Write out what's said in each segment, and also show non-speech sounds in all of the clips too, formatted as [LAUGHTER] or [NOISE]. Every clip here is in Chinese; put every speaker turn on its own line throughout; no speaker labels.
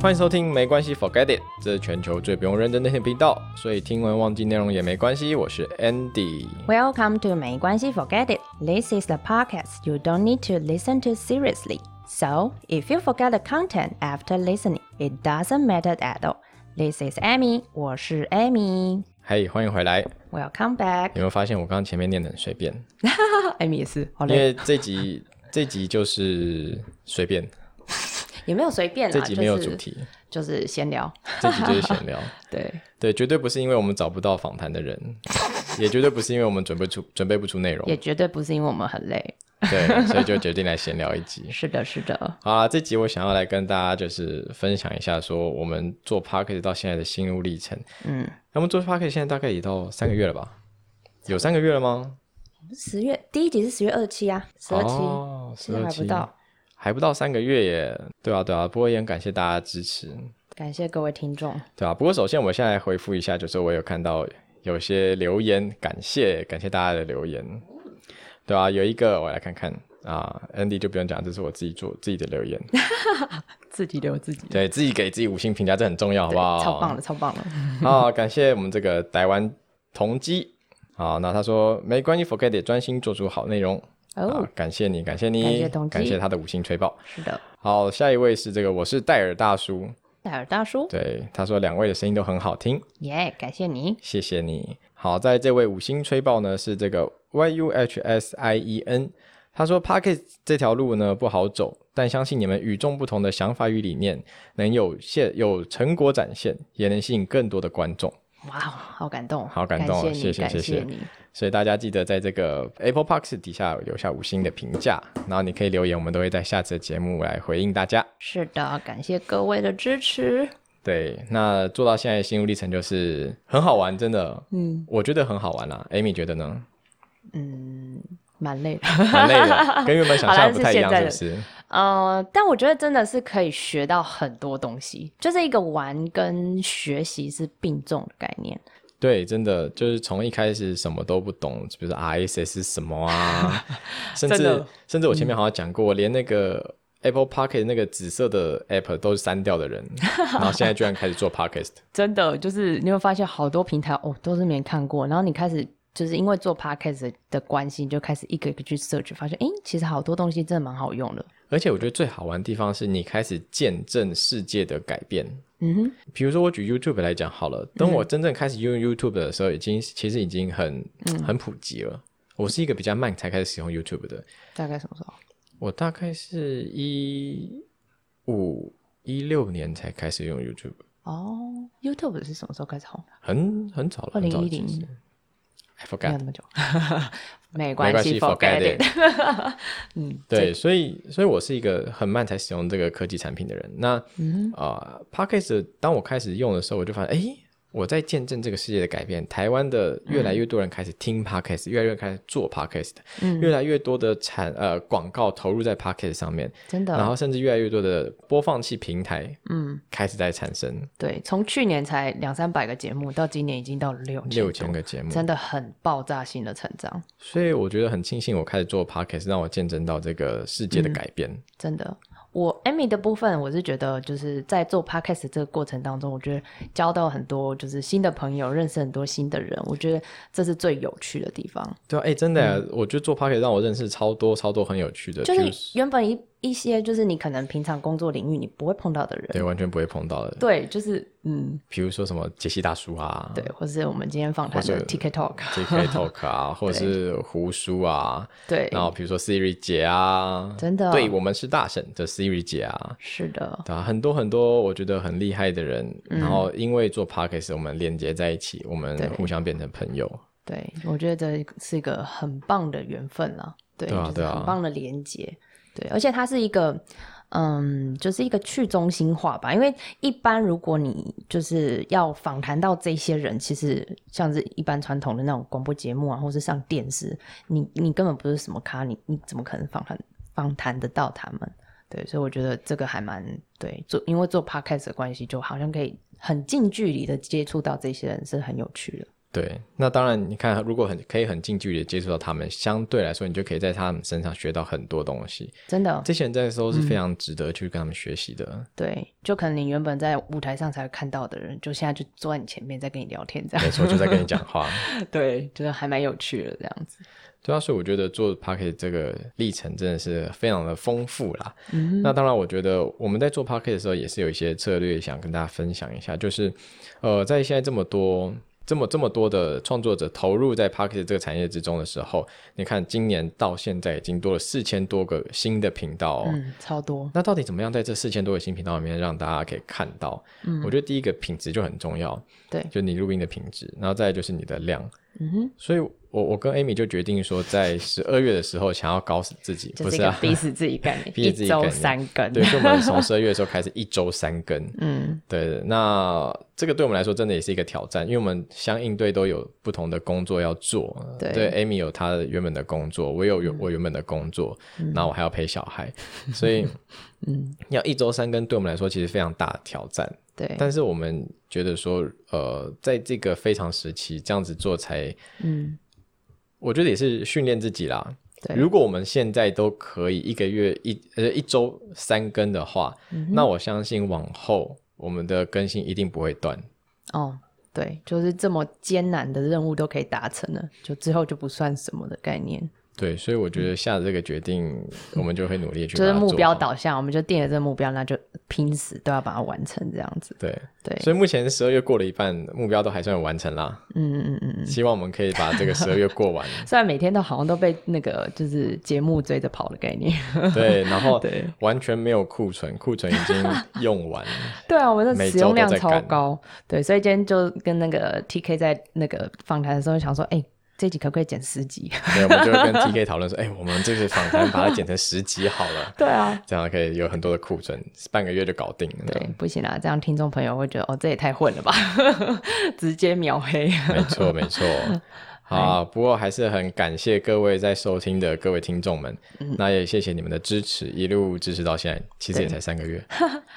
欢迎收听，没关系，Forget It，这是全球最不用认真的天频道，所以听完忘记内容也没关系。我是 Andy。
Welcome to 没关系，Forget it. This is the podcast you don't need to listen to seriously. So if you forget the content after listening, it doesn't matter at all. This is Amy，我是 Amy。
嘿、欢迎回来！有
Welcome back， [LAUGHS]
没有发现我刚刚前面念的很随便？
艾米也是，好
因
累，
为这集这集就是随便，
也没有随便啦，啊
这集没有主题，
就是，就是闲聊。
这集就是闲
[LAUGHS]
聊。
对，
[LAUGHS] 对，绝对不是因为我们找不到访谈的人，也绝对不是因为我们准备出准备不出内容
也，绝对不是因为我们很累。
对，所以就决定来闲聊一集。
是的，是的，
好啊啦，这集我想要来跟大家就是分享一下，说我们做 p a c k e t 到现在的心路历程。
嗯，
那么做 p a c k e t 现在大概也到三个月了吧？有三个月了吗？
十月第一集是十月二七啊，十二七，
哦，
其
十
实
二
还
期
不到。
还不到三个月耶。对啊，对啊，不过也很感谢大家支持，
感谢各位听众，
对啊。不过首先我现在回复一下，就是我有看到有些留言，感谢感谢大家的留言，对啊，有一个我来看看啊，Andy 就不用讲，这是我自己做自己的留
[LAUGHS]
言，
自己留自己，
对自己给自己五星评价，这很重要，好
对
不好？
超棒了，超棒了。
[LAUGHS] 啊、感谢我们这个台湾同机。好，那他说没关系，forget it，专心做出好内容。
哦
啊感谢你，感谢你，
感谢同机
他的五星吹爆。
是的，
好，下一位是这个，我是戴尔大叔。
戴尔大叔，
对，他说两位的声音都很好听，
耶感谢你。
谢谢你。好，在这位五星吹爆呢是这个 Y U H S I E N，他说 Pocket 这条路呢不好走，但相信你们与众不同的想法与理念能有现有成果展现，也能吸引更多的观众。
哇，哦好感动，
好感动哦
感谢你，
谢谢谢
感
谢
谢你，
所以大家记得在这个 Apple Park 底下留下五星的评价，然后你可以留言，我们都会在下次的节目来回应大家。
是的，感谢各位的支持。
对，那做到现在的心路历程就是很好玩，真的，
嗯
我觉得很好玩啦、Amy 觉得呢？
嗯，蛮累的， [LAUGHS]
蛮累的，跟原本想象的不太一样，
好
是
啦
不
是
是？
呃，但我觉得真的是可以学到很多东西，就是一个玩跟学习是并重的概念。
对，真的就是从一开始什么都不懂，比如说 RSS 是什么
[LAUGHS]
啊，甚
真
至
的
甚至我前面好像讲过，连那个 Apple Pocket 那个紫色的 App 都是删掉的人，
[LAUGHS]
然后现在居然开始做 Podcast。
真的，就是你会发现好多平台哦都是没看过，然后你开始就是因为做 podcast 的关系，你就开始一个一个去 search，发现诶，其实好多东西真的蛮好用的。
而且我觉得最好玩的地方是你开始见证世界的改变。
嗯哼，
比如说我举 YouTube 来讲好了，等我真正开始用 YouTube 的时候，已经其实已经很、很普及了。我是一个比较慢才开始使用 YouTube 的，
大概什么时候？
我大概是一五一六年才开始用 YouTube，
哦，YouTube 是什么时候开始红的？
很很早了，很早了其实。I
没有
forgot，
那么久， [LAUGHS] 没
没
关
关
系
系，forget
，forget it。 [LAUGHS]
it。对，所以所以我是一个很慢才使用这个科技产品的人。那啊 p o c k e t 当我开始用的时候，我就发现，诶，我在见证这个世界的改变。台湾的越来越多人开始听 Podcast，、越来越开始做 Podcast，、越来越多的产呃广告投入在 Podcast 上面，
真
然
的，
后甚至越来越多的播放器平台
嗯，
开始在产生
对，从去年才两三百个节目，到今年已经到六
六千
个，
个节目。
真的很爆炸性的成长，
所以我觉得很庆幸，我开始做 Podcast，让我见证到这个世界的改变。
真的。我 Amy 的部分，我是觉得就是在做 podcast 这个过程当中，我觉得交到很多就是新的朋友，认识很多新的人，我觉得这是最有趣的地方。
对啊，哎、真的耶、我觉得做 Podcast 让我认识超多超多很有趣的，
就是原本一一些就是你可能平常工作领域你不会碰到的人，
对，完全不会碰到的。
对，就是嗯，
比如说什么杰西大叔啊，
对，或是我们今天访谈
或
的
者
TikTok Talk，
，JK Talk
[LAUGHS]
啊，或者是胡叔啊，
对，
然后比如说 Siri 姐啊，
真的
对我们是大神的 Siri 姐啊，
是的，
对啊，很多很多我觉得很厉害的人，然后因为做 Podcast 我们连接在一起，我们
嗯对
互相变成朋友。
对，我觉得这是一个很棒的缘分啦，对，
对啊
就是
对啊
很棒的连接，对，而且它是一个，嗯，就是一个去中心化吧，因为一般如果你就是要访谈到这些人，其实像是一般传统的那种广播节目啊，或是上电视，你你根本不是什么咖，你你怎么可能访谈访谈得到他们？对，所以我觉得这个还蛮对做，因为做 podcast 的关系，就好像可以很近距离的接触到这些人，是很有趣的。
对，那当然，你看，如果很可以很近距离的接触到他们，相对来说，你就可以在他们身上学到很多东西。
真的，
这些人在都是
嗯
非常值得去跟他们学习的。
对，就可能你原本在舞台上才会看到的人，就现在就坐在你前面，在跟你聊天，这样
没错，就在跟你讲话。
对，就是还蛮有趣的这样子。
对啊，所以我觉得做 p a c k e t 这个历程真的是非常的丰富啦。嗯、那当然，我觉得我们在做 p a c k e t 的时候，也是有一些策略想跟大家分享一下，就是呃，在现在这么多这么这么多的创作者投入在 p a c k e t 这个产业之中的时候，你看今年到现在已经多了四千多个新的频道哦，
嗯，超多。
那到底怎么样在这四千多个新频道里面让大家可以看到？嗯，我觉得第一个品质就很重要，
对，
就你录音的品质，然后再来就是你的量。嗯哼，所以我我跟 Amy 就决定说，在十二月的时候想要搞死自己，
就
不
是一
是
个
啊，[LAUGHS]
逼死自己干，
逼
一
自己
周
干
三更，
对，所以我们从十二月的时候开始，一周三更。
[LAUGHS] 嗯，
对，那这个对我们来说真的也是一个挑战，因为我们相应对都有不同的工作要做。
对嗯
，Amy 有她的原本的工作，我有有我原本的工作，然后我还要陪小孩，所以嗯，要一周三更对我们来说其实非常大的挑战。
对，
但是我们觉得说，呃，在这个非常时期这样子做才，
嗯，
我觉得也是训练自己啦。
对
如果我们现在都可以一个月一呃一周三更的话，
嗯
那我相信往后我们的更新一定不会断。
哦，对，就是这么艰难的任务都可以达成了，就之后就不算什么的概念，
对，所以我觉得下了这个决定，我们就会努力地去
[LAUGHS] 就是
把它
目
做
标
好。
导向，我们就定了这个目标，那就拼死都要把它完成，这样子。
对，
对，
所以目前十二月过了一半，目标都还算完成啦。
嗯嗯嗯嗯，
希望我们可以把这个十二月过
[LAUGHS]
完。
虽然每天都好像都被那个就是节目追着跑的概念。
对，然后
对
完全没有库存，库存已经用完了。
对啊，我们的
每
使
周
用
都
量
在
超
赶
高。对，所以今天就跟那个 TK 在那个访谈的时候想说，哎、这集可不可以减十集？
对，我们就会跟 TK 讨论说，哎、我们这次访谈把它剪成十集好了，
对啊，
这样可以有很多的库存，半个月就搞定了。
[LAUGHS] 对，不行啦，这样听众朋友会觉得，哦，这也太混了吧， [LAUGHS] 直接秒黑。 [LAUGHS]
没错，没错。好啊、
哎
不过还是很感谢各位在收听的各位听众们，
嗯
那也谢谢你们的支持，一路支持到现在，其实也才三个
[LAUGHS]
月。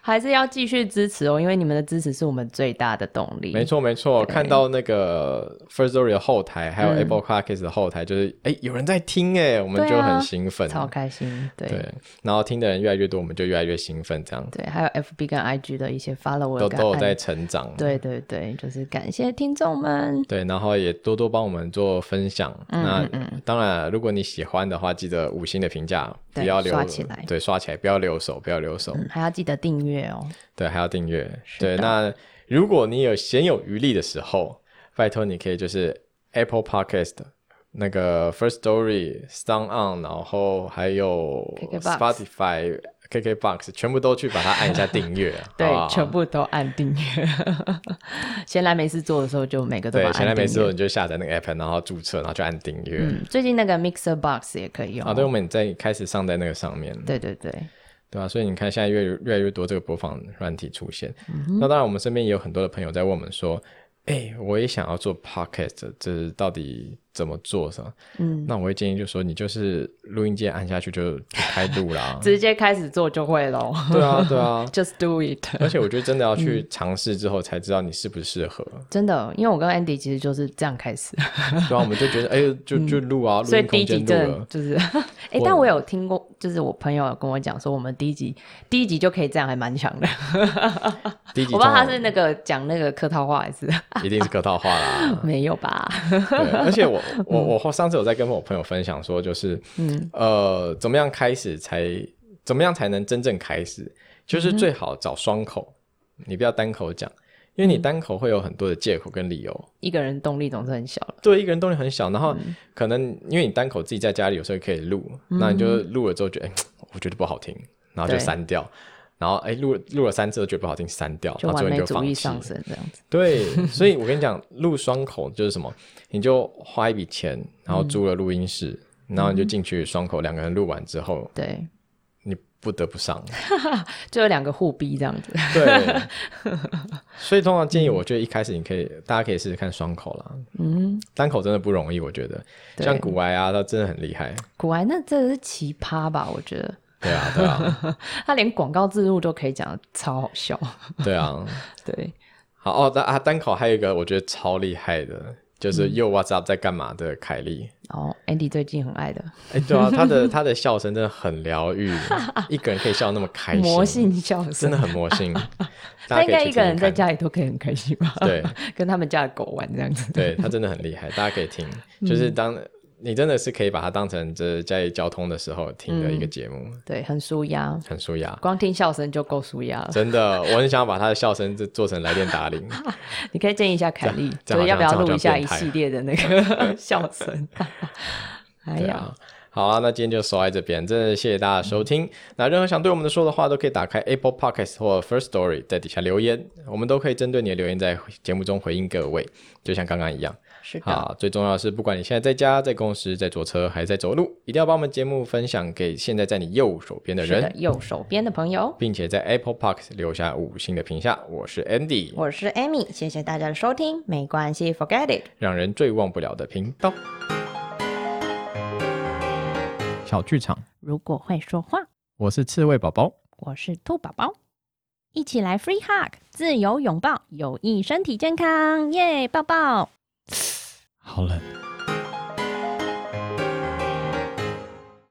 还是要继续支持哦，因为你们的支持是我们最大的动力。
没，错，没错。看到那个 First Story 的后台，还有
嗯
Apple Podcast 的后台，就是哎、有人在听哎，我们
对
就
啊
很兴奋。
超开心。对
对，然后听的人越来越多，我们就越来越兴奋，这样
对还有 FB 跟 IG 的一些 follower
都
跟
都有
按
在成长。
对对对，就是感谢听众们。
对，然后也多多帮我们做分享。
嗯
那当然，如果你喜欢的话，记得五星的评价，不
对
要留
刷起来
对，刷起来，不要留手，不要留手。
嗯，还要记得订阅哦。
对，还要订阅。
的
对，那如果你有闲有余力的时候，拜托你可以就是 Apple Podcast。那个 First Story、Sound On，然后还有
KKBOX
Spotify、KKBox，全部都去把它按一下订阅，啊
[LAUGHS] 对，
好不好
全部都按订阅。 [LAUGHS] 闲来没事做的时候，就每个都把
对，
它
闲来
按
没
订
事
阅。
你就下载那个 app，然后注册，然后就按订阅。
嗯，最近那个 Mixer Box 也可以用。
啊，对，我们再开始上在那个上面，
哦对对对。
对啊吧、所以你看，现在越越来越多这个播放软体出现。那当然，我们身边也有很多的朋友在问我们说：“哎、我也想要做 podcast，这到底怎么做？”什么？嗯，那我会建议就说，你就是录音键按下去就就开录啦
[LAUGHS] 直接开始做就会喽。
对啊，对
[LAUGHS]
啊。
Just do it。
而且我觉得真的要
嗯
去尝试之后，才知道你适不适合。
真的，因为我跟 Andy 其实就是这样开始，
对啊，我们就觉得，哎、就就录啊，录、
嗯所以
音
第一
空
集
间录了
真的。就是， [LAUGHS] 哎、但我有听过，就是我朋友有跟我讲说，我们第一集第一集就可以这样，还蛮强的。
第一集
我不知道他
通
是那个讲那个客套话还是 [LAUGHS]
常一定是客套话啦。
没有吧？ [LAUGHS]
对，而且我我
嗯
我我上次有在跟我朋友分享说，就是嗯呃，怎么样开始才怎么样才能真正开始，
嗯
就是最好找双口，你不要单口讲，因为
嗯
你单口会有很多的借口跟理由。
一个人动力总是很小了。
对，一个人动力很小，然后
嗯
可能因为你单口自己在家里有时候可以录，那你就录了之后觉得，哎、我觉得不好听，然后就
对
删掉。然后哎，录录了三次都觉得不好听，删掉，
就
然后
完
最后
美
你就
主
放
义
弃。
上升这样子，
对，所以我跟你讲，录双口就是什么，你就花一笔钱，然后租了录音室，然后你就进去双口，两个人录完之后，
对，
你不得不上。
就有两个互逼这样子。
对，所以通常建议，我觉得一开始你可以，大家可以试试看双口啦。嗯，单口真的不容易，我觉得，
对
像古埃啊，他真的很厉害。
古玩那真的是奇葩吧？我觉得
对啊，对啊，
他连广告植入都可以讲的超好笑。
对啊。
对，
好哦，单啊单口还有一个我觉得超厉害的，就是又 What's Up 在干嘛的凯莉。
哦，Andy 最近很爱的
哎、对啊，她的她的笑声真的很疗愈，一个人可以笑那么开心，
魔性笑声，
真的很魔
[LAUGHS]
性。大家
他应
可以
该
去
一个人
听听
在
看
家里都可以很开心吧？
对，
[LAUGHS] 跟他们家的狗玩这样子。
对他真的很厉害，大家可以听，
嗯
就是当、你真的是可以把它当成这在交通的时候听的一
嗯
个节目，
对，很舒压，
很舒压。
光听笑声就够舒压了。
真的，我很想把他的笑声就做成来电打铃，
你可以建议一下凯莉，
这
就
样
是要不要录一下
这
一
样好像
系列的
[LAUGHS]
那个笑声？ [LAUGHS] 哎
对
呀，
啊。好啊，那今天就说在这边，真的谢谢大家收
嗯
听。那任何想对我们说的话，都可以打开 Apple Podcast 或 First Story，在底下留言，我们都可以针对你的留言在节目中回应各位，就像刚刚一样。
是的，
好，最重要的是，不管你现在在家、在公司、在坐车还是在走路，一定要把我们节目分享给现在在你右手边的
是
人。
的，右手边的朋友，
并且在 Apple Park 留下五星的评价。我是 Andy，
我是 Amy，谢谢大家的收听，没关系，Forget it。
让人最忘不了的频道。小剧场，
如果会说话，
我是刺猬宝宝，
我是兔宝宝，一起来 free hug，自由拥抱，有益身体健康，耶，抱抱。
好冷。